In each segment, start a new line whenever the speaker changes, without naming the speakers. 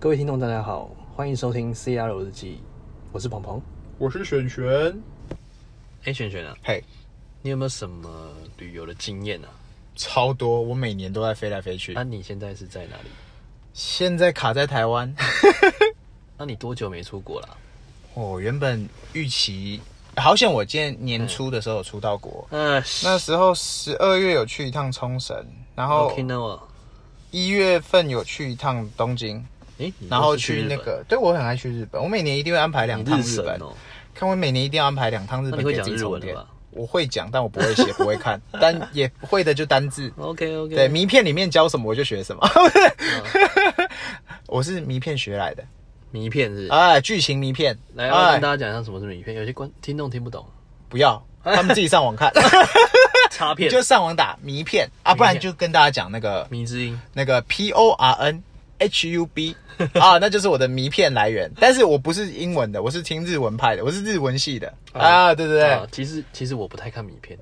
各位听众，大家好，欢迎收听 CR 日记，我是鹏鹏。
我是璇璇。
哎，璇璇啊，
嘿、
你有没有什么旅游的经验啊？
超多！我每年都在飞来飞去。
那、你现在是在哪里？
现在卡在台湾。
那你多久没出国啊啦？
我哦原本预期，好险我今年年初的时候有出到国。
嗯，
那时候十二月有去一趟冲绳，然后
Okinawa，
一月份有去一趟东京，
哎，你
然后
都是去
去
日
那
本
个，对我很爱去日本，我每年一定会安排两
你
趟
日
日
神
本。
哦，
看我每年一定要安排两趟日
那
本
你
给
会
自
讲
己
日
充
文了
电
吧。
我会讲，但我不会写，不会看， 但也会的就单 字。
？OK OK，
对，名片里面教什么我就学什么。 我是名片学来的，
迷片是不是
哎，剧情名片，
嗯来，要
哎
跟大，家讲一下什么是迷片，有些观听众听不 懂，
不要，他们自己上网看，
插片
就上网打迷片啊，不然
迷片
就跟大家讲那个
迷之音，
那个 P O R N H U B 啊，那就是我的迷片来源。 但是我不是英文的，我是听日文派的，我是日文系的啊，对对
啊
对，
其实其实我不太看迷 片，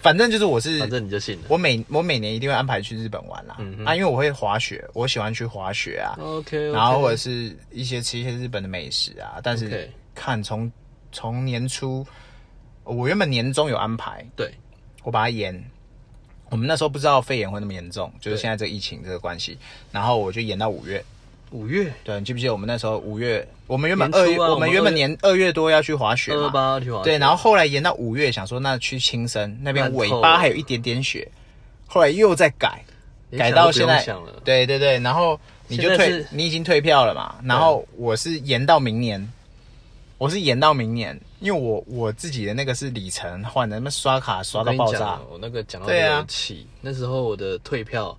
反正就是我是
反正你就嗯信了。
我每我每年一定会安排去日本玩啦，啊，因为我会滑雪，我喜欢去滑雪
哦
啊，
OK，
然后或者是一些吃一些日本的美食啊。但是
OK
看从从年初，我原本年中有安排，
对，
我把它延。我们那时候不知道肺炎会那么严重，就是
对
现在这个疫情这个关系，然后我就延到五月。
五月
对，你记不记得我们那时候五月，我们原本
年初啊
二月，
我们
我们原本年二月多要去滑雪
二
嘛，
八啊去玩，
对，然后后来延到五月，想说那去青森那边
烂透
尾
了
巴还有一点点雪，后来又在改，
连
改
想都
到
不
现
用
在
想了，
对对对，然后你就
现在
退
是，
你已经退票了嘛，然后我是延到明年，我是延到明年，因为我我自己的那个是里程换的，那么刷卡刷
我
到
跟你
爆
讲
炸
啊，我那个讲到
对啊
有气，那时候我的退票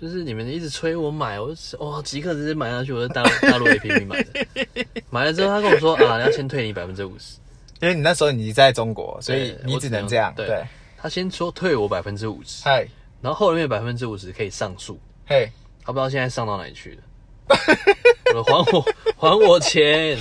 就是你们一直催我买，我就是哇即刻直接买下去，我在大陆大陆 APP 买 的，买了之后他跟我说啊，你要先退你百分之五十，
因为你那时候你在中国，所以
对
你
我
只
只
能
能
这样，
对
对，
他先说退我百分之五十，
嗨
然后后面百分之五十可以上诉，
嘿，
他不知道现在上到哪里 去了，我还我还我 钱，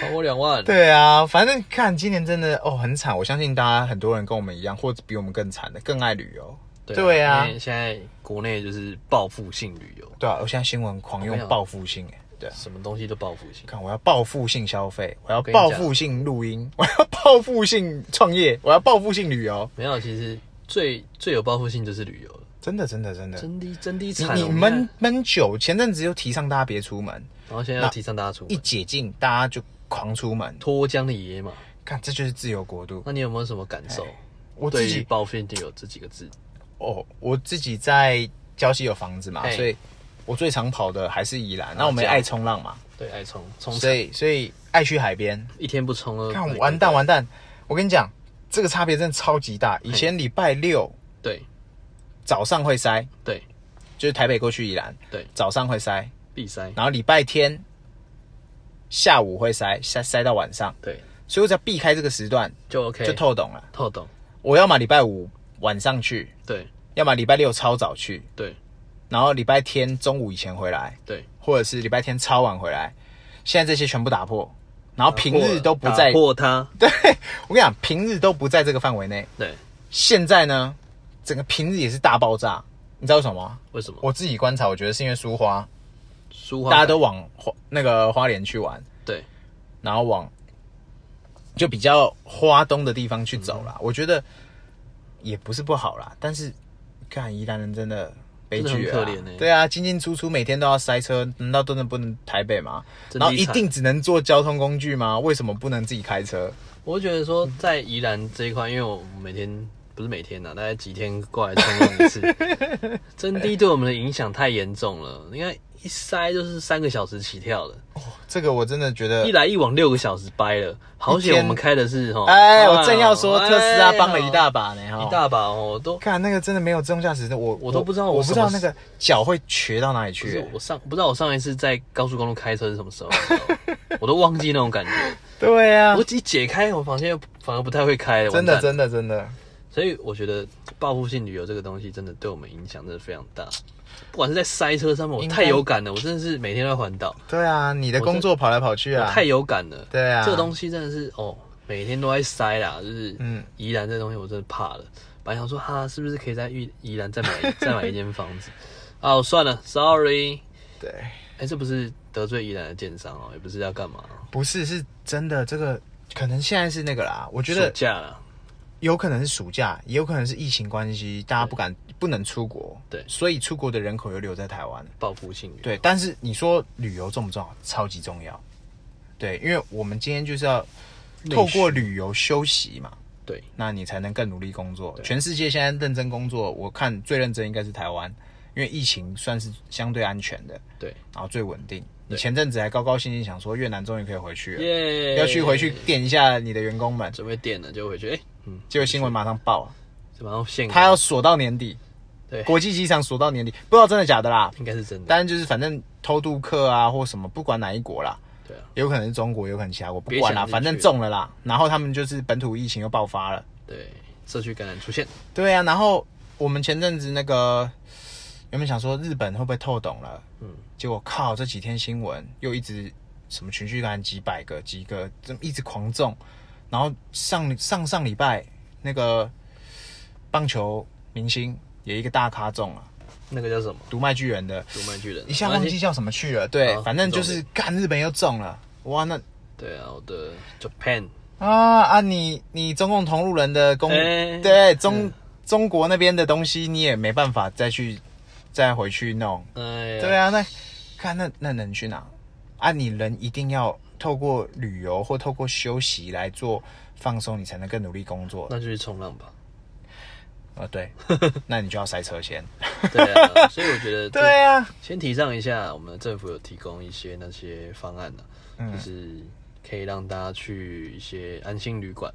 还我两万，
对啊，反正看今年真的哦很惨，我相信大家很多人跟我们一样，或者比我们更惨的，更爱旅游，对啊
因为现在国内就是报复性旅游，
对啊，我现在新闻狂
我
用
跟你讲
报复性、欸，对啊。
什么东西都报复性。
看，我要报复性消费，我要
跟你讲
报复性录音， 我要报复性创业，我要报复性旅游，
没有，其实最最有报复性就是旅游了，
真的，真的，真的。
真的真的
你
惨。哦
你
我们现
闷
在，
闷久，前阵子又提倡大家别出门，
然后现在要提倡大家出
一
门，
解禁大家就狂出门，
脱缰的野马。
看这就是自由国度。
那你有没有什么感受？
我自
对于
己
报复性旅游这几个字，
哦，我自己在礁溪有房子嘛，
哎
所以我最常跑的还是宜兰。那我们
啊
也
这样
爱冲浪嘛，
对，爱冲冲
所以所以爱去海边，
一天不冲了，
看
那个
完蛋完蛋，我跟你讲，这个差别真的超级大。以前礼拜六
对
早上会塞，
对
就是台北过去宜兰，
对，
早上会塞，
必塞，
然后礼拜天下午会塞，塞塞到晚上，
对
所以我只要避开这个时段
就 OK，
就透懂了。
透懂，
我要么礼拜五晚上去，
对
要么礼拜六超早去，
对
然后礼拜天中午以前回来，
对，
或者是礼拜天超晚回来。现在这些全部打破，然后平日都不在
打。破它，
对，我跟你讲，平日都不在这个范围内。
对，
现在呢，整个平日也是大爆炸，你知道为什么吗？
为什么？
我自己观察，我觉得是因为苏花，
书画
大家都往花那个花莲去玩，
对，
然后往就比较花东的地方去走啦。我觉得也不是不好啦，但是看宜兰人真的悲剧
真的
了
很可
啦
怜欸
对啊，进进出出每天都要塞车，难道真的不能台北吗？
真的
然后一
惨
定只能坐交通工具吗？为什么不能自己开车？
我觉得
嗯
说在宜兰这一块，因为我每天不是每天啊呐、大概几天过来冲浪一次， 真的对我们的影响太严重了。你看一塞就是三个小时起跳了，
这个我真的觉得
一，来一往六个小时掰了。好
呃一
险
天
我们开的是哈，
哎，
哇
我正要说特斯拉帮了一
哎
大把呢，哈
一大把哦，我都
看那个真的没有自动驾驶的，我
我都不知道
我
我
不知
什
道
么
那
时
个脚会瘸到哪里
不是
去。欸
我上不知道我上一次在高速公路开车是什么时候，你知道吗我都忘记那种感觉。
对 啊
我，一解开，我房间又反而不太会开了，
真的
完蛋了
真的真的，
所以我觉得报复性旅游这个东西真的对我们影响真的非常大，不管是在塞车上面，我
应该
太有感了，我真的是每天都在环岛，
对啊，你的
我
工
这
作跑来跑去
我
啊，
太有感了。
对啊
这个东西真的是哦，每天都在塞啦，就是嗯
嗯，
宜兰这东西我真的怕了。本来想说 哈，是不是可以在宜宜兰再买再买一间房子？哦，算了，sorry，
对，
哎、这不是得罪宜兰的建商哦，也不是要干嘛、哦。
不是是真的，这个可能现在是那个啦，我觉
暑
得
假了，
有可能是暑假，也有可能是疫情关系，大家不敢不能出国，
对
所以出国的人口又留在台湾，
报复性旅游
对，但是你说旅游重不重要？超级重要，对，因为我们今天就是要
内
透
需
过旅游休息嘛，
对，
那你才能更努力工作。全世界现在认真工作，我看最认真应该是台湾，因为疫情算是相对安全的，
对，
然后最稳定。你
对
前阵子还高高兴兴想说越南终于可以回去了，
耶、
要去回去电一下你的员工们，
准备电了就回去，哎、嗯，
结果新闻马上爆，
这马上现
他要锁到年底，
嗯对，
国际机场锁到年底，不知道真的假的啦。
应该是真的，
当然就是反正偷渡客啊或什么，不管哪一国啦，
对啊，
有可能是中国，有可能其他国，不
别
管
想
啦，
进
反正
去
中了啦。然后他们就是本土疫情又爆发了。
对，社区感染出现，
对啊，然后我们前阵子那个原本想说日本会不会透懂了，嗯
嗯，
结果靠这几天新闻又一直什么情绪感染几百个几个，这么一直狂中，然后上上上礼拜那个棒球明星也一个大咖中了，
那个叫什么？
独卖巨人的，
独卖巨人，
一下
没关
忘
系啊
记叫什么去了，对，
好
反正就是
不
干日本又中了，哇那。
对啊，我的 Japan
啊啊！你你中共同路人的公、
哎
对中、
嗯
中国那边的东西，你也没办法再去再回去弄。
哎呀，
对啊，那看那那能去哪？啊，你人一定要透过旅游或透过休息来做放松，你才能更努力工作。
那就去冲浪吧。 嗯
啊，对，那你就要塞车先。
对啊，所以我觉得就
对啊，
先提倡一下，我们的政府有提供一些那些方案呢、啊
嗯
就是可以让大家去一些安心旅馆，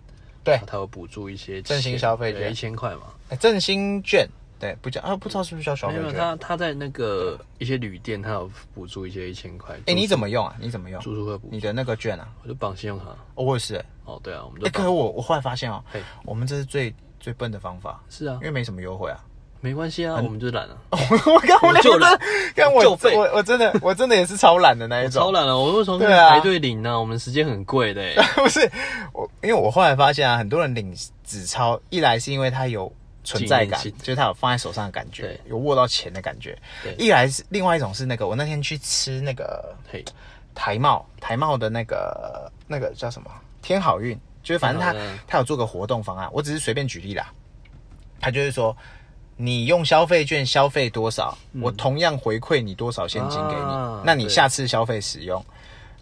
对
啊，他有补助一些
振兴
钱
消费
对
券
一千块嘛。
哎振兴券对不叫啊，不知道是不是叫消
没
费
有，
券？
他他在那个一些旅店，他有补助一些一千块。
哎，你
么
怎么用啊？你怎么用？
住宿会补
你
助？
的那个券啊？
我就绑信用卡。
哦，我也是、欸。
哦，对啊，我们
哎、
就
可是
绑。
我我后来发现哦、
嘿
我们这是最最笨的方法，
是啊
因，为没什么优惠啊。
没关系啊，我们就懒啊，
我看我
我就懒
看我
我就废
我我真的我真的也是超懒的那一种，
超懒了。我为什么
对啊
排队领呢？我们时间很贵 的欸。
不是我，因为我后来发现啊，很多人领纸钞，一来是因为它有存在感
纪念，性
就是它有放在手上的感觉
对，
有握到钱的感觉
对；
一来是另外一种是那个，我那天去吃那个
嘿，
台茂台茂的那个那个叫什么天好运，就是反正他
天好运
他有做个活动方案，我只是随便举例啦。他就是说，你用消费券消费多少，我同样回馈你多少现金给你，
嗯啊
那你
对
下次消费使用。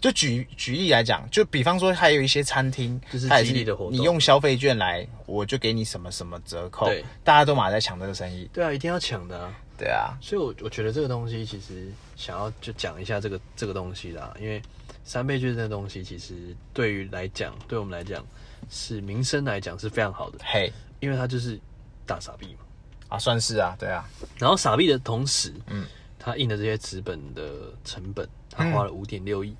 就举举例来讲，就比方说，还有一些餐厅，
就是
它也
激励的活动
你用消费券来，我就给你什么什么折扣
对，
大家都马上在抢这个生意，
对啊，一定要抢的啊。
对啊，
所以我，我觉得这个东西其实想要就讲一下这个这个东西啦，因为三倍券这个东西其实对于来讲，对我们来讲是民生来讲是非常好的，
嘿
因为它就是打傻逼嘛。
啊，算是啊，对啊，
然后傻逼的同时，
嗯
嗯，他印的这些纸本的成本，他花了五点六亿。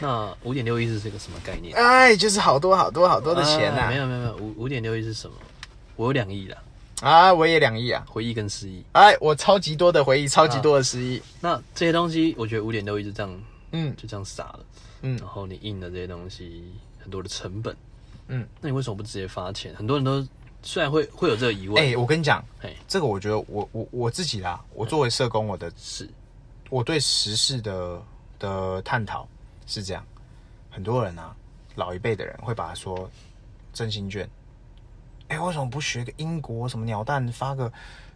那五点六亿是这个什么概念？
哎，就是好多好多好多的钱
啊
呐
没、有没有没有，五五点六亿是什么？我有两亿啦，
啊，啊，我也两亿啊，
回忆跟失忆。
哎，我超级多的回忆，超级多的失忆。
那这些东西，我觉得五点六亿就这样
嗯
就这样傻了。
嗯
然后你印的这些东西很多的成本，
嗯，
那你为什么不直接发钱？很多人都虽然会会有这个疑问，
哎、我跟你讲，
哎
这个我觉得我我我自己啦，我作为社工，我的
是
我对时事的的探讨是这样，很多人啊，老一辈的人会把它说振兴券，哎、为什么不学个英国什么鸟蛋发个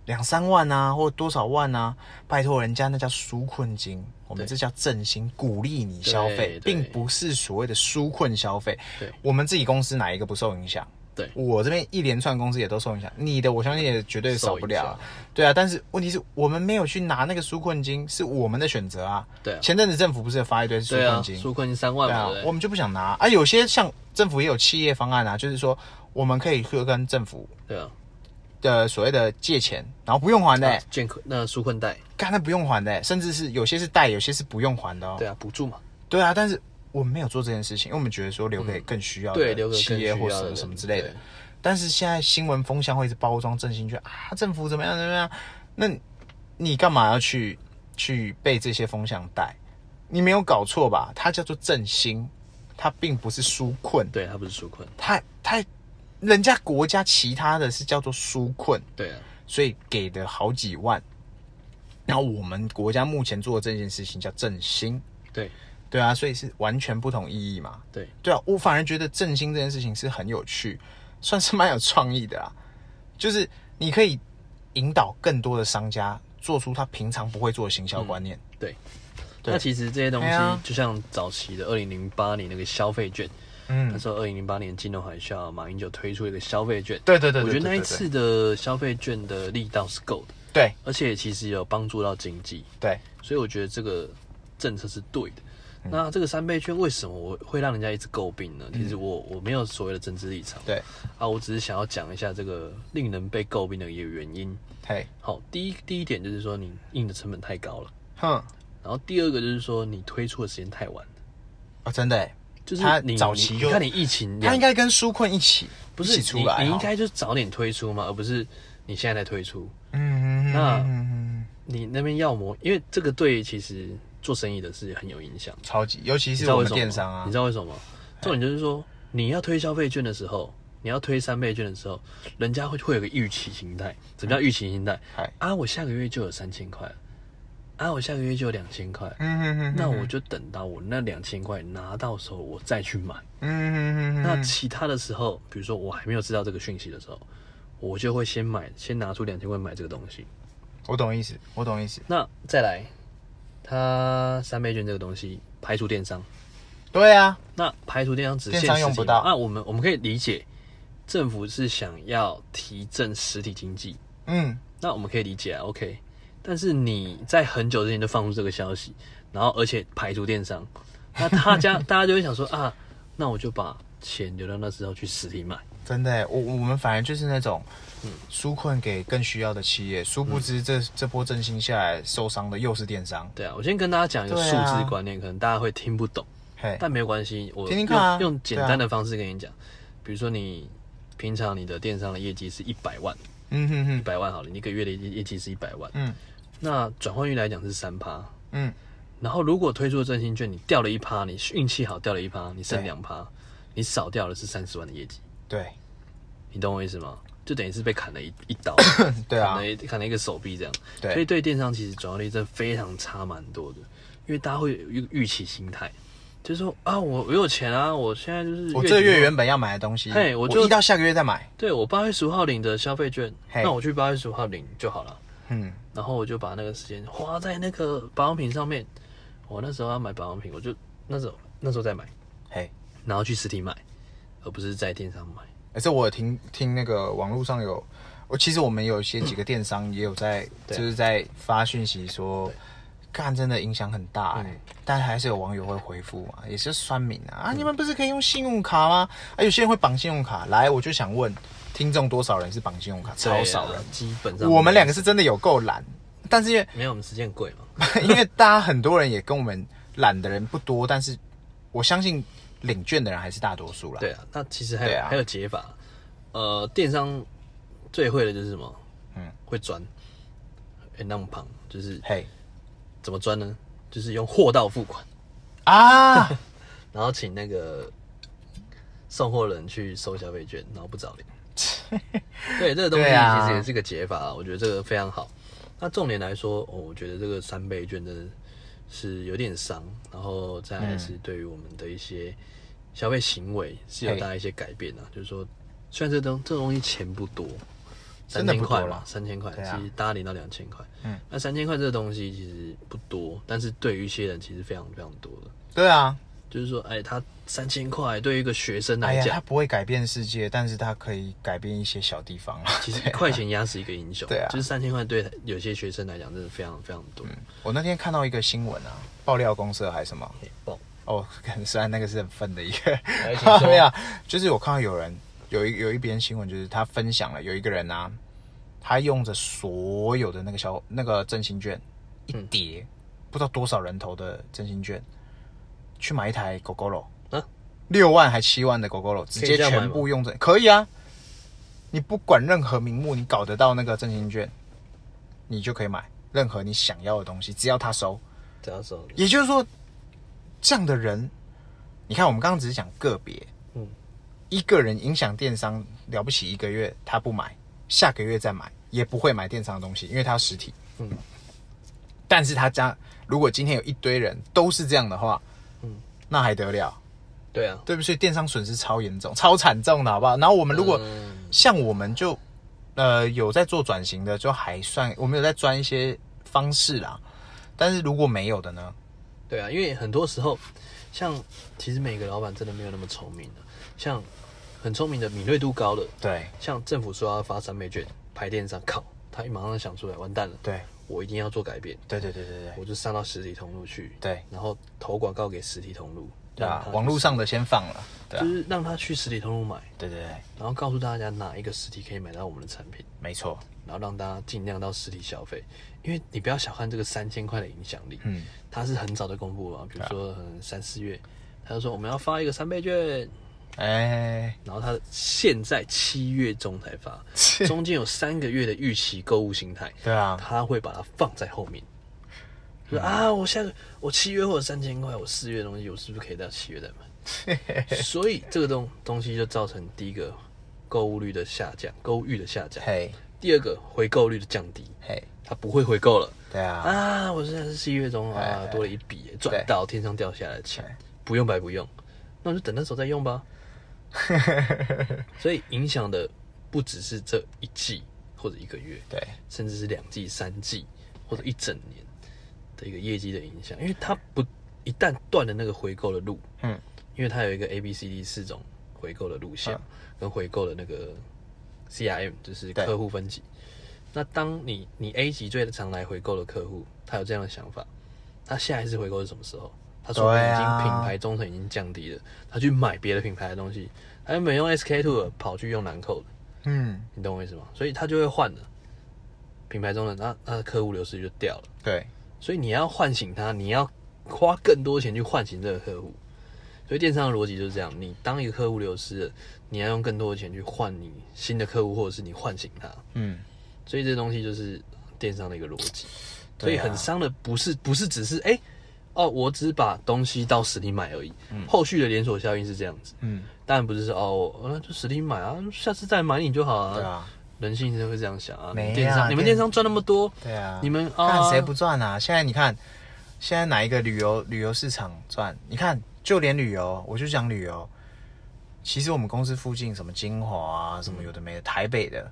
两三万啊，或多少万啊？拜托，人家那叫纾困金，我们
对
这叫振兴，鼓励你消费
对，
并
对
不是所谓的纾困消费。
对
我们自己公司哪一个不受影响？
对
我这边一连串公司也都受影响，你的我相信也绝对少不了啊
受影响。
对啊，但是问题是我们没有去拿那个纾困金，是我们的选择啊。
对啊
前阵子政府不是也发一堆纾
对啊，
困金？
纾困金三万
对
嘛，
啊
对，不
我
对？
们就不想拿啊。有些像政府也有企业方案啊，就是说我们可以去跟政府
对啊，
的所谓的借钱，然后不用还的、欸，
建困那纾困贷，
干那不用还的、欸，甚至是有些是贷，有些是不用还的哦。
对啊，补助嘛，
对啊，但是我们没有做这件事情，因为我们觉得说留给更需
嗯
要
对，留
的
给
企
更需
业
要
或
的
什么
人
什么之类的
对。
但是现在新闻风向会一直包装振兴券啊，政府怎么样怎么样，那你干嘛要去去被这些风向带？你没有搞错吧？它叫做振兴，它并不是纾困，
对，它不是纾困，
它它人家国家其他的是叫做纾困，
对啊，
所以给的好几万，然后我们国家目前做的这件事情叫振兴，
对
对啊，所以是完全不同意义嘛。
对，
对啊，我反而觉得振兴这件事情是很有趣，算是蛮有创意的啦。就是你可以引导更多的商家做出他平常不会做的行销观念。
对，
对
那其实这些东西
哎呀
就像早期的二零零八年那个消费券，那
嗯，
时候二零零八年金融海啸，马英九推出一个消费券，
对对对对
我觉得那一
对对
次的消费券的力道是够的，
对
而且其实有帮助到经济，
对，
所以我觉得这个政策是对的。
嗯
那这个三倍券为什么我会让人家一直诟病呢？其实我我没有所谓的政治立场，
对，
啊，我只是想要讲一下这个令人被诟病的一个原因。
嘿，
好，第一第一点就是说你印的成本太高了，
哼，
然后第二个就是说你推出的时间太晚了，
哦，真的耶，
就是
他
你
早期
你
就
你看你疫情两，
他应该跟纾困一起
不
一
是
起出来
你，你
哦
应该就早点推出嘛，而不是你现在才推出。
嗯嗯嗯
那
嗯嗯嗯，
你那边要磨，因为这个对其实做生意的是很有影响。
超级，尤其
你
是
知道
我
为
们
什么吗？
电商啊
你知，道为什么吗？重点就是说，你要推消费券的时候，你要推三倍券的时候，人家会会有个预期心态。什么叫预期心态
嗨？
啊，我下个月就有三千块了，啊，我下个月就有两千块，
嗯嗯嗯
那我就等到我那两千块拿到手，我再去买。
嗯嗯嗯
那
嗯，
其他的时候，比如说我还没有知道这个讯息的时候，我就会先买，先拿出两千块买这个东西。
我懂意思，我懂意思，
那再来，它三倍券这个东西排除电商，
对啊，
那排除电商只限
电商用
实体
不到
那我们我们可以理解，政府是想要提振实体经济，
嗯，
那我们可以理解啊，OK。但是你在很久之前就放出这个消息，然后而且排除电商，那大家 大家就会想说啊，那我就把钱留到那时候去实体买。
真的欸耶，我我们反而就是那种，嗯纾困给更需要的企业，殊不
嗯
知这、这波振兴下来受伤的又是电商，
对啊，我先跟大家讲一个
对
数
啊
字观念，可能大家会听不懂，
嘿，
但没有关系，我
听听看啊
用用简
对啊
单的方式跟你讲，比如说你平常你的电商的业绩是一百万，
嗯哼
一
哼，
百万好了，你一个月的业业绩是一百万，
嗯
那转换率来讲是三趴，
嗯，
然后如果推出的振兴券你掉了一趴，你运气好掉了一趴，你剩两趴，你少掉的是三十万的业绩，
对，
你懂我意思吗？就等于是被砍了一一刀，
对啊
砍了一砍了一个手臂这样。
对
欸所以对电商其实转化率真的非常差蛮多的，因为大家会有一个预期心态，就是说啊，我我有钱啊，我现在就是
我这个月
底
原本要买的东西，
嘿我
我
就
一到下个月再买，
对我八月十五号领的消费券，
嘿
那我去八月十五号领就好了。
嗯，
然后我就把那个时间花在那个保养品上面。我那时候要买保养品，我就那时候那时候再买，
嘿，
然后去实体买，而不是在电商买。
欸这我有听听那个网络上有，我其实我们有一些几个电商也有在，
对
就是在发讯息说，干真的影响很大、
嗯
欸，但还是有网友会回复嘛，也是酸民啊，
嗯
啊你们不是可以用信用卡吗？啊有些人会绑信用卡，来我就想问，听众多少人是绑信用卡？超少
对
人
啊，，基本上
我们两
个
个是真的有够懒，但是因 为
没有我们时间贵嘛。
因为大家很多人也跟我们懒的人不多，但是我相信领券的人还是大多数啦。
对啊，那其实还有、
对啊
还有解法，呃，电商最会的就是什么？嗯，会钻，哎、那么胖，就是
嘿
怎么钻呢？就是用货到付款，
啊，
然后请那个送货人去收消费券，然后不找 零。对，这个东西
对啊
其实也是个解法、我觉得这个非常好。那重点来说，哦、我觉得这个三倍券真的是有点伤，然后再来是对于我们的一些消费行为是有
嘿
大家一些改变的、啊就是说，虽然这东这东西钱不多，三
真的
千
不多
块嘛
啦，
三千块，
对啊
其实大家领到两千块，
嗯，
那三千块这个东西其实不多，但是对于一些人其实非常非常多的。
对啊，
就是说，哎，他三千块对于一个学生
哎
来
呀，
讲，
他不会改变世界，但是他可以改变一些小地方啊啦。
其实一块钱压死一个英雄。
对啊嗯
就是三千块对有些学生来讲，真的非常非常多。
我那天看到一个新闻啊，爆料公社还是什么，
嘿爆！
哦， 可能虽然那个是很愤的一个
来 请，说
没有，就是我看到有人有一有一篇新闻，就是他分享了有一个人啊，他用着所有的那个小那个振兴券一叠，
嗯
不知道多少人头的振兴券，去买一台狗狗肉
啊，
六万还七万的狗狗肉，直接
这样买
全部
吗
用着，可以啊，你不管任何名目，你搞得到那个振兴券，你就可以买任何你想要的东西，只要他收。
这样哦说，
也就是说，这样的人，你看我们刚刚只是讲个别，
嗯，
一个人影响电商了不起，一个月他不买，下个月再买，也不会买电商的东西，因为他要实体。
嗯，
但是他家如果今天有一堆人都是这样的话，
嗯
那还得了？
对啊，
对不对？所以电商损失超严重、超惨重的，好不好？然后我们如果、
嗯
像我们就呃有在做转型的，就还算我们有在钻一些方式啦。但是如果没有的呢？
对啊，因为很多时候，像其实每个老板真的没有那么聪明的、像很聪明的、敏锐度高的，
对
像政府说要发三倍券，排电商靠，他一马上想出来，完蛋了，
对
我一定要做改变，
对对对对对
我就上到实体通路去，
对
然后投广告给实体通路，
对啊
让！他
网络上的先放了，对啊
就，是让他去实体通路买，
对对对，
然后告诉大家哪一个实体可以买到我们的产品，
没错，
然后让大家尽量到实体消费，因为你不要小看这个三千块的影响力，
嗯，
它是很早就公布了，比如说嗯三四月，他就说我们要发一个三倍券，
哎，
然后他现在七月中才发，
是
中间有三个月的预期购物心态，
对啊，
他会把它放在后面。就是啊，我下个我七月或者三千块，我四月的东西，我是不是可以到七月再买？所以这个东东西就造成第一个购物率的下降，购物欲的下降；
嘿
第二个回购率的降低，
嘿，
他不会回购了
对啊，
啊！我现在是七月中啊，多了一笔耶赚到天上掉下来的钱，不用白不用，那我就等那时候再用吧。所以影响的不只是这一季或者一个月，
对
甚至是两季、三季或者一整年的一个业绩的影响，因为它不一旦断了那个回购的路，
嗯，
因为它有一个 A、B、C、D 四种回购的路线、跟回购的那个 CRM，就是
对
客户分级。那当你你 A 级最常来回购的客户，他有这样的想法，他下一次回购是什么时候？他说明
对
已经
啊
品牌忠诚已经降低了，他去买别的品牌的东西，哎他原本用 SK two 了跑去用兰蔻的，
嗯，
你懂我意思吗？所以他就会换了品牌中的那那客户流失就掉了，
对
所以你要唤醒他，你要花更多钱去唤醒这个客户。所以电商的逻辑就是这样：你当一个客户流失了，你要用更多的钱去换你新的客户，或者是你唤醒他。
嗯，
所以这东西就是电商的一个逻辑。所
对
以
啊
很伤的不是不是只是哎、诶哦，我只把东西到实体买而已。后续的连锁效应是这样子，
嗯，
当然不是说哦，我那就实体买啊，下次再买你就好
对啊，
人性是会这样想啊，你
没
们
啊
电商，你们
电
电商赚那么多，
对啊，
你们啊，
看谁不赚啊？现在你看，现在哪一个旅游旅游市场赚？你看，就连旅游，我就讲旅游。其实我们公司附近什么金华啊，什么有的没的，台北的，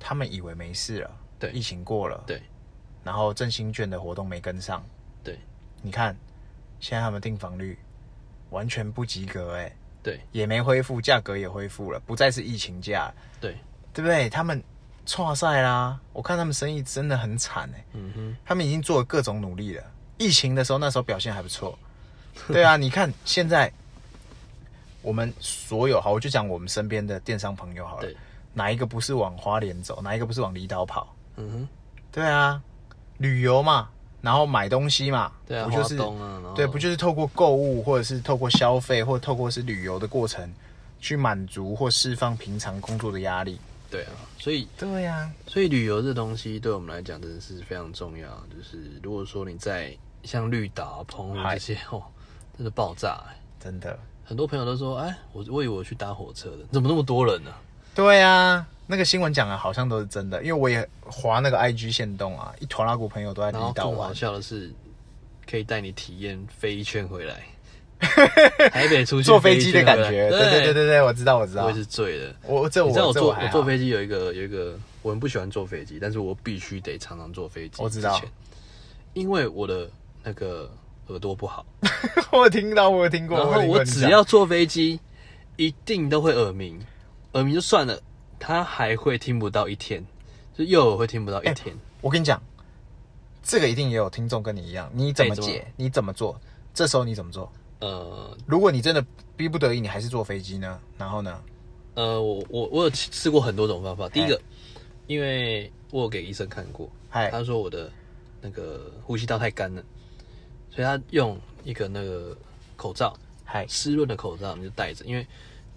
他们以为没事了，
对
疫情过了，
对
然后振兴券的活动没跟上，
对
你看，现在他们订房率完全不及格、欸，哎，
对
也没恢复，价格也恢复了，不再是疫情价了，
对，
对不对？他们错赛啦，我看他们生意真的很惨哎、
嗯哼，
他们已经做了各种努力了。疫情的时候，那时候表现还不错。对啊，你看现在我们所有好，我就讲我们身边的电商朋友好了
对，
哪一个不是往花莲走，哪一个不是往离岛跑？
嗯哼，
对啊，旅游嘛，然后买东西嘛，
对啊，
不就
华
是
东啊，然后
对，不就是透过购物，或者是透过消费，或透过是旅游的过程，去满足或释放平常工作的压力？
对啊，所以
对啊，
所以旅游这东西对我们来讲真的是非常重要，啊就是如果说你在像绿岛、澎湖
嗨
这些哦，真的爆炸、欸，
真的，
很多朋友都说，哎，我我以为我去搭火车的，怎么那么多人呢、
对啊，那个新闻讲的好像都是真的，因为我也划那个 IG 线动啊，一坨拉古朋友都在
然后
离岛
更
玩
好，笑的是，可以带你体验飞一圈回 来。台北出去
坐飞
一
机的
圈
感
回来
觉，对
对
对对对对，我知道我知
我
道
也，是醉的。
我这
你知道
我
我
这
坐
还
我坐
好
飞机有一个有一个，我很不喜欢坐飞机，但是我必须得常常坐飞机。
我知道，
因为我的那个耳朵不好，
我听到我有听过，
然后
有听
我
过你
只
讲
要坐飞机，一定都会耳鸣，耳鸣就算了，他还会听不到一天，就右耳会听不到
哎
一天。
我跟你讲，这个一定也有听众跟你一样，你怎么
哎怎么
解？你怎么做？这时候你怎么做？
呃
如果你真的逼不得已，你还是坐飞机呢？然后呢？
呃，我我我有试过很多种方法。
哎
第一个，因为我有给医生看过，
嗨，
他说我的那个呼吸道太干了，所以他用一个那个口罩。
嗨，
湿润的口罩你就戴着，因为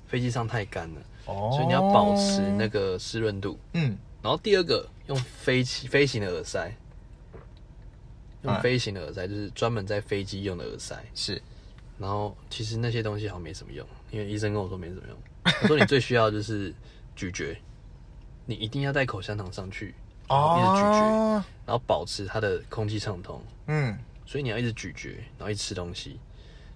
飞机上太干了，
哦
所以你要保持那个湿润度。
嗯，
然后第二个，用飞机飞行的耳塞，
哎
用飞行的耳塞就是专门在飞机用的耳塞。
是
然后其实那些东西好像没什么用，因为医生跟我说没什么用。他说你最需要就是咀嚼，你一定要带口香糖上去，然后一直咀嚼，
哦，
然后保持它的空气畅通。
嗯，
所以你要一直咀嚼，然后一直吃东西。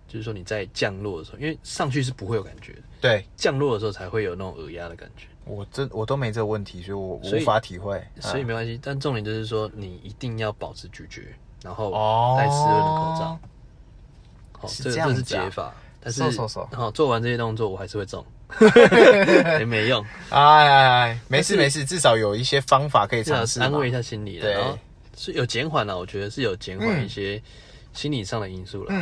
就是说你在降落的时候，因为上去是不会有感觉的，
对
降落的时候才会有那种耳压的感觉，
我这我都没这个问题，所以我
所以
无法体会。
所以
嗯
没关系。但重点就是说，你一定要保持咀嚼，然后
哦
戴湿润的口罩。好，
是
这个
这样
这是
子啊
解法，但是
嗖嗖嗖
好做完这些动作，我还是会 中，也没用，
哎哎哎，没事
但是
没事，至少有一些方法可以
至少
尝试嘛
安慰一下心理了。
对
然后是有减缓了，我觉得是有减缓一些心理上的因素了。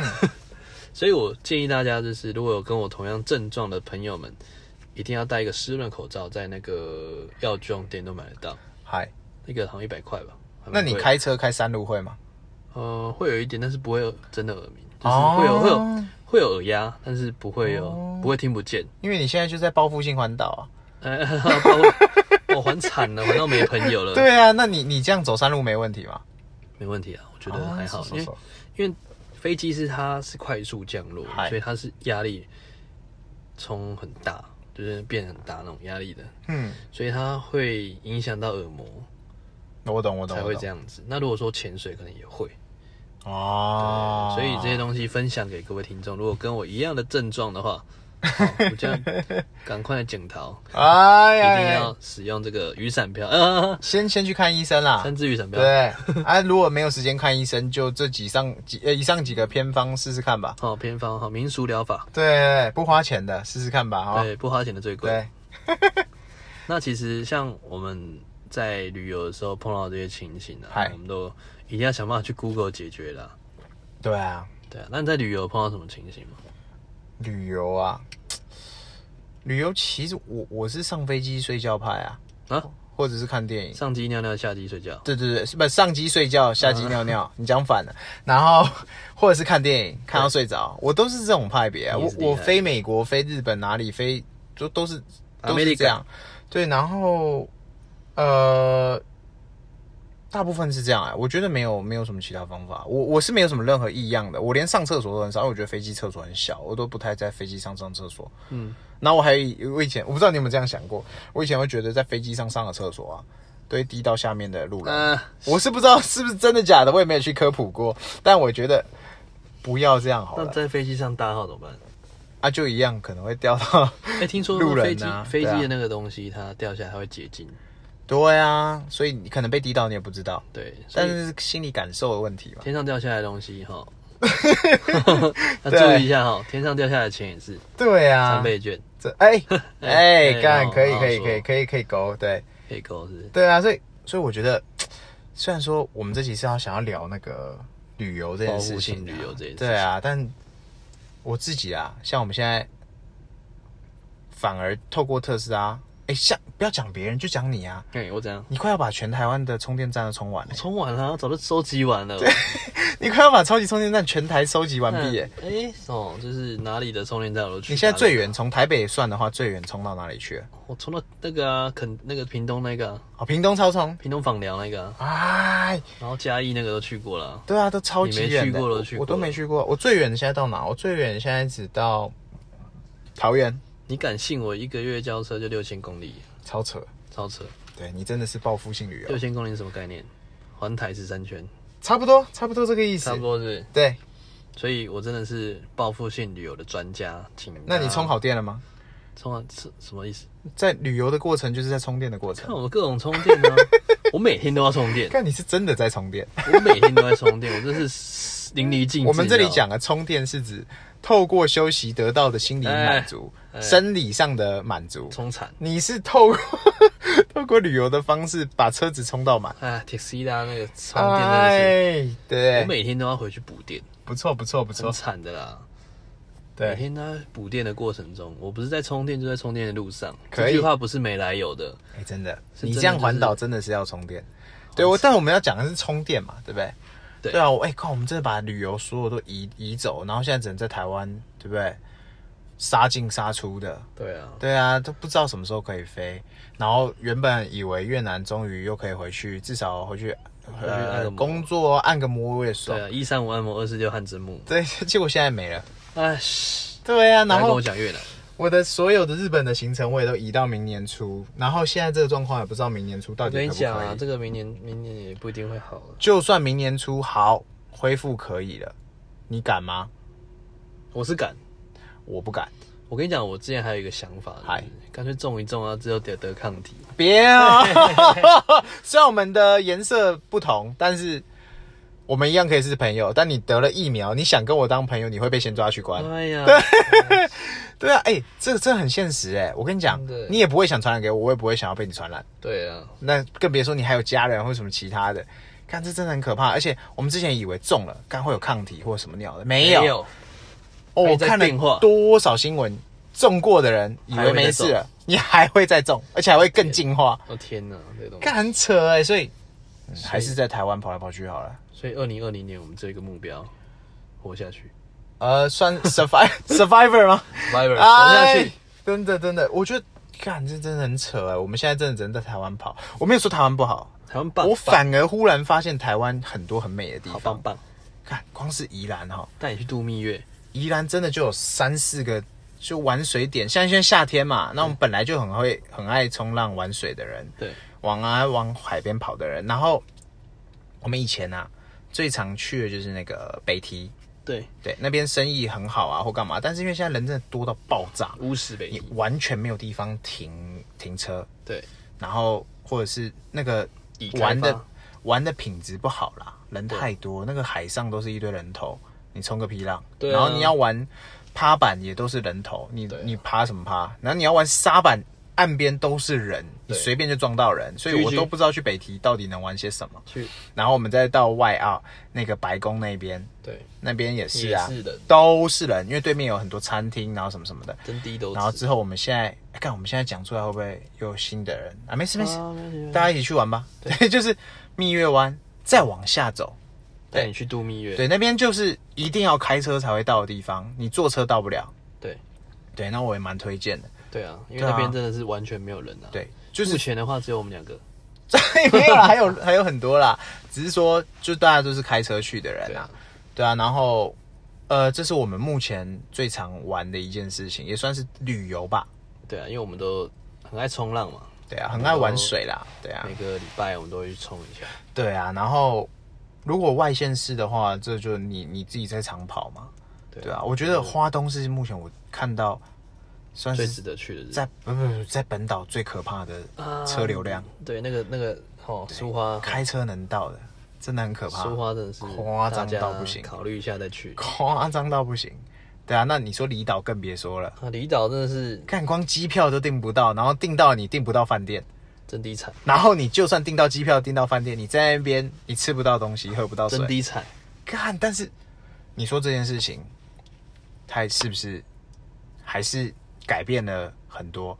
所以我建议大家，就是如果有跟我同样症状的朋友们，一定要戴一个湿润口罩，在那个药妆店都买得到，
嗨，
那个好像一百块吧。还
那
蛮
你
贵的
开车开山路会吗？
呃会有一点，但是不会有真的耳鸣，就是
哦
会有、会有会有耳压，但是不会有、不会听不见。
因为你现在就在报复性环岛啊。
哎，我我还惨了，还到没朋友了。，
对啊，那你你这样走山路没问题吗？
没问题啊，我觉得还好，
哦
因为因为飞机是它是快速降落，
嗨
所以它是压力冲很大，就是变很大那种压力的，
嗯，
所以它会影响到耳膜，
我懂我懂，
才
我
会
懂
这样子。那如果说潜水，可能也会。
哦。
所以这些东西分享给各位听众，如果跟我一样的症状的 话，好我这样赶快来检讨，
哎
一
呀，
定要使用这个雨伞票， 呃，
先先去看医生啦。
三支雨伞票。
对， 啊，如果没有时间看医生，就这几上几呃以上几个偏方试试看吧。
好，偏方好，民俗疗法，
对，不花钱的试试看吧，哈。
对，不花钱的最贵。
对，
那其实像我们在旅游的时候碰到这些情形啊
嗨，
我们都一定要想办法去 Google 解决啦。
对啊，
对啊，那你在旅游碰到什么情形吗？
旅游啊，旅游其实我我是上飞机睡觉派啊，
啊，
或者是看电影。
上机尿尿，下机睡觉。
对对对，是不上机睡觉，下机尿
啊
尿，你讲反了。然后 或者是看电影，看到睡着，我都是这种派别啊。
你也
我
是厉害
我飞美国、飞日本哪里飞，就都是都是
America
这样。对，然后呃，大部分是这样啊、我觉得没有没有什么其他方法，我我是没有什么任何异样的。我连上厕所都很少，因为我觉得飞机厕所很小，我都不太在飞机上上厕所。
嗯，
然后我还有我以前我不知道你有没有这样想过，我以前会觉得在飞机上上了厕所啊，都会滴到下面的路人。
呃，
我是不知道是不是真的假的，我也没有去科普过，但我觉得不要这样好
那
了
在飞机上大号怎么 办？
啊，就一样可能会掉到。
哎、听说
路
飞
人
机、
啊
飞机
对啊
的那个东西，它掉下来它会结晶，
对啊，所以你可能被滴到，你也不知道，
对，所
但
以
是心理感受的问题嘛。
天上掉下来的东西 哈，要注意一下哈，天上掉下来的钱也是
对
三
啊，
倍券，
这 哎
哎
哎
好
干可以
好
可以
说
可以可以可以勾对
可以勾是不是
对啊，所以所以我觉得，虽然说我们这集是要想要聊那个旅游这件
报
事情啊、
复性旅游这件事情
对啊，但我自己啊，像我们现在反而透过特斯拉，哎、像不要讲别人，就讲你啊，
哎、我怎样？
你快要把全台湾的充电站都充完了、
充完了，早就收集完了。
你快要把超级充电站全台收集完毕耶、
哎、哦，就是哪里的充电站我都去。
你现在最远从台北算的话，最远充到哪里去了？
哪里，我充到那个啊，肯那个屏东那个、啊，
哦，屏东超充，
屏东访寮那个、啊，
哎，
然后嘉义那个都去过了啊。
对啊，都超级
你没
远
去
的，
过了
我
去过
我都没去过。我最远的现在到哪？我最远现在只到桃园，
你敢信我一个月交车就六千公里，
超扯。
超扯！
对你真的是报复性旅
六
游，
千公里是什么概念？环台十三圈，
差不多，差不多这个意思
差。不多是。
对，
所以我真的是报复性旅游的专家，请
那你
大家
充好电了吗？
充好是什么意思？
在旅游的过程就是在充电的过
看
程。
我各种充电 呢、我每天都要充电，
看你是真的在充电。
我每天都在充电，我真是淋漓尽致。
我们这里
你知道吗
讲的充电是指透过休息得到的心理满足、
哎哎
生理上的满足。
充残。
你是透过透过旅游的方式把车子充到满。
哎 t e x i d a 那个充电真的
哎，
是，我
对，
每天都要回去补电，
不错不错不
很
错，
惨的啦。每
对，
天都在补电的过程中，我不是在充电，就在充电的路上。
可
这
以
句话不是没来由的，
哎，真的，
是
你
真的
这样
就是哦
环岛真的是要充电。对，我但我们要讲的是充电嘛，对不对？
对
啊，我哎靠，我们真的把旅游所有都移移走，然后现在只能在台湾，对不对？杀进杀出的，
对啊，
对啊，都不知道什么时候可以飞。然后原本以为越南终于又可以回去，至少回去
去按个
呃
摩
工作按个摩我也爽
对。啊，一三五按摩，二四六汗蒸木。
对，结果现在没了。
哎，嘘
对啊，
不要
然
跟
后
我讲越南，
我的所有的日本的行程我也都移到明年初，然后现在这个状况也不知道明年初到
我
底
跟你
可不可以。
讲啊，这个明年明年也不一定会好啊了。
就算明年初好恢复可以了，你敢吗？
我是敢，
我不敢，
我跟你讲，我之前还有一个想法，就是
嗨
干脆种一种啊，之后得得抗体。
别啊！ 虽然我们的颜色不同，但是我们一样可以是朋友。但你得了疫苗，你想跟我当朋友，你会被先抓去关。
哎呀，
对啊，哎、这这很现实哎、我跟你讲
真的，
你也不会想传染给我，我也不会想要被你传染。
对啊，
那更别说你还有家人或什么其他的，看这真的很可怕。而且我们之前以为中了，干会有抗体或什么鸟的，没有。哦，
还
我
在
看
变化
了多少新闻，中过的人以为没事了，你还会再中，而且还会更进化，
我、哦天哪，这东西。
干很扯哎、所以、嗯还是在台湾跑来跑去好了。
所以二零二零年我们这个目标，活下去
呃， 算 survive survivor 吗？
，survivor，活下
哎
去。，
真的真的，我觉得干这真的很扯哎、我们现在真的只能在台湾跑，我没有说台湾不好，
台湾棒，
我反而忽然发现台湾很多很美的地
棒好
方
棒。棒，
看，光是宜兰哈、
带你去度蜜月，
宜兰真的就有三四个就玩水点，像现在夏天嘛，那我们本来就很会很爱冲浪玩水的人，
对，
往啊往海边跑的人，然后我们以前啊最常去的就是那个北堤，
对，
对，那边生意很好啊或干嘛，但是因为现在人真的多到爆炸，
乌石北
你
堤，
完全没有地方停停车，
对，
然后或者是那个
已开发
玩的玩的品质不好啦，人太多，那个海上都是一堆人头，你冲个皮浪，
对啊
然后你要玩趴板也都是人头，你、
对啊
你爬什么趴？然后你要玩沙板，岸边都是人，你
对
随便就撞到人，所以我
GG
都不知道去北堤到底能玩些什么。
去，
然后我们再到外澳那个白宫那边，
对，
那边也是啊，
也是人
都是人，因为对面有很多餐厅，然后什么什么的。
真低都
然后
知
之后我们现在，哎看我们现在讲出来会不会又有新的人啊？没事没事，
啊没事没事
大家一起去玩吧。对， 就是蜜月湾，再往下走，
带你去度蜜月，
对，那边就是一定要开车才会到的地方，你坐车到不了。
对，
对，那我也蛮推荐的。
对啊，因为
对啊
那边真的是完全没有人啊。，
对，就
目
是
前的话只有我们两个。
没有啦，还有还有很多啦，只是说就大家都是开车去的人啊。对啊，然后呃，这是我们目前最常玩的一件事情，也算是旅游吧。
对啊，因为我们都很爱冲浪嘛，
对啊，很爱玩水啦。对啊，
每个礼拜我们都会去冲一下。
对啊，然后如果外县市的话，这就你你自己在长跑嘛。
对
对啊，我觉得花东是目前我看到算
最
是
值得去的日子
在不不不在本岛最可怕的车流量，
对，那个那个哦，苏花，
开车能到的，真的很可怕，
苏花真的是
夸张
大家
到不行
考虑一下再去。
夸张到不行。对啊，那你说离岛更别说了，
啊，离岛真的是
看光机票都订不到，然后订到你订不到饭店，
真低产，
然后你就算订到机票、订到饭店，你在那边你吃不到东西，喝不到
真
水，
低产。
看，但是你说这件事情，它是不是还是改变了很多？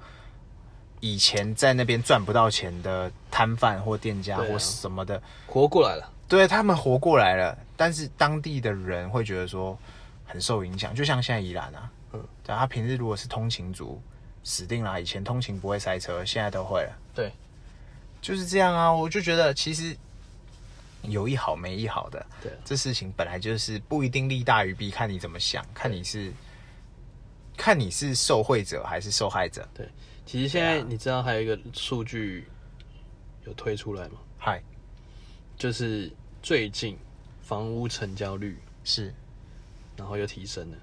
以前在那边赚不到钱的摊贩或店家
对啊
或什么的，
活过来了，
对他们活过来了，但是当地的人会觉得说很受影响，就像现在宜兰啊，
嗯
嗯，对啊，他平日如果是通勤族，死定了啊。以前通勤不会塞车，现在都会了，
对，
就是这样啊。我就觉得其实有一好没一好的，
对啊
这事情本来就是不一定利大于弊，看你怎么想，看你是看你是受惠者还是受害者。
对。其实现在
啊
你知道还有一个数据有推出来吗？
嗨，
就是最近房屋成交率，
是
然后又提升了，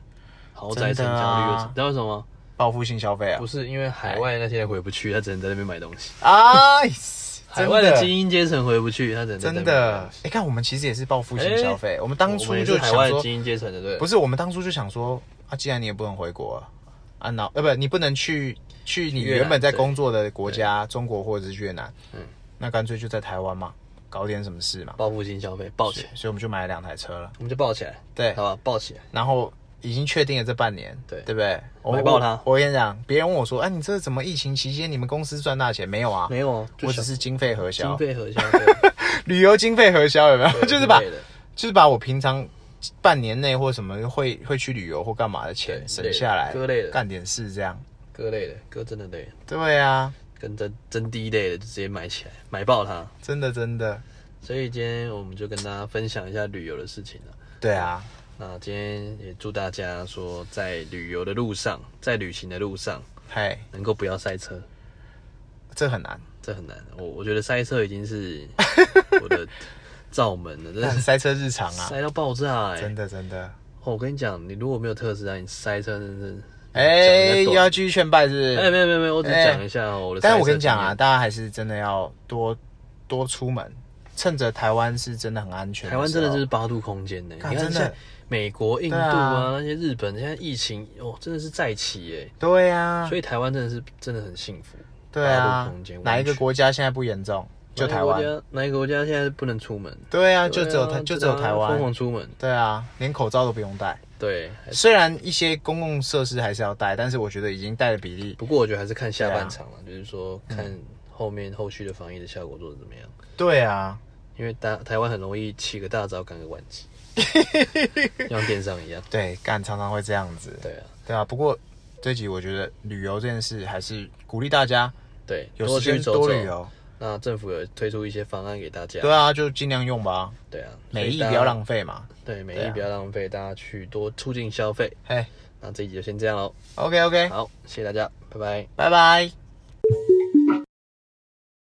豪宅成
真
交
的
率又，
啊
你知道为什么吗？
报复性消费啊
不！是因为海外那些人回不去，他只能在那边买东西。
哎，
海外的
真
精英阶层回不去，他只能在那
真
边买
的
东西。，
你、看我们其实也是报复性消费、我们当
我
初
们也
就是想
海外的
说，
精英阶层的，对
不是我们当初就想说啊，既然你也不能回国啊，啊，那呃不，你不能去去你
越南
原本在工作的国家，中国或者是越南，
嗯
嗯，那干脆就在台湾嘛，搞点什么事嘛，
报复性消费，抱起来，
所以我们就买了两台车了，
我们就抱起来，
对
好，吧，抱起来。
然后已经确定了这半年，
对
对不对？我
买爆它
我我跟你讲，别人问我说，哎、你这怎么疫情期间你们公司赚大钱没有啊？
没有啊，就
我只
想
是经费核销
经，费核销， 对
旅游经费核销有没有？ 就是把
之类的
就是把我平常半年内或什么会会去旅游或干嘛的钱
对
省下来，
各类的
干点事这样。
哥累了，哥真的累了，
对啊，
跟真真低累了，就直接买起来，买爆它。
真的真的，
所以今天我们就跟大家分享一下旅游的事情了。
对啊，
那今天也祝大家说，在旅游的路上，在旅行的路上，
嘿，
能够不要塞车，
这 很难，
这很难。我我觉得塞车已经 是我的罩门了，真
但
的
塞车日常啊，
塞到爆炸哎、
真的真的。
哦我跟你讲，你如果没有特斯拉，你塞车真的是
哎、
讲得
又
短
要继续劝败是不是？
哎、没有没有没有，我只
哎
讲一下、哦我的。
但是我跟你讲啊，，大家还是真的要多多出门，趁着台湾是真的很安全时
台
候。
湾真的就是八度空间呢、
干
你看
真的
现在美国、印度
对啊
啊那些日本，现在疫情哦真的是再起哎、
对啊，
所以台湾真的是真的很幸福。
对
八
啊
度空间，
哪一个
完全
国家现在不严重？就台
哪一个
湾。
国家哪一个国家现在不能出门？
对啊，
对
就
啊
只有台，就只有台
疯
湾。
狂出门，
对啊，连口罩都不用戴。
对。
虽然一些公共设施还是要戴，但是我觉得已经戴的比例，
不过我觉得还是看下半场了，就是说
啊
看后面后续的防疫的效果做的怎么样。
对啊，
因为大台湾很容易起个大招，赶个晚 集，像电商一样。
对，干常常会这样子，
对啊，
对啊。不过这集我觉得旅游这件事还是鼓励大家
对，
有
多
时
去
间
走
多
走。
旅游，
那政府有推出一些方案给大家。
对啊，就尽量用吧，
对啊，
美
所
意
以大家
不要浪费嘛。
对美
对
意
啊
不要浪费，大家去多促进消费。
嘿
那这一集就先这样喽。
，OK OK，
好，谢谢大家，拜拜。
拜拜。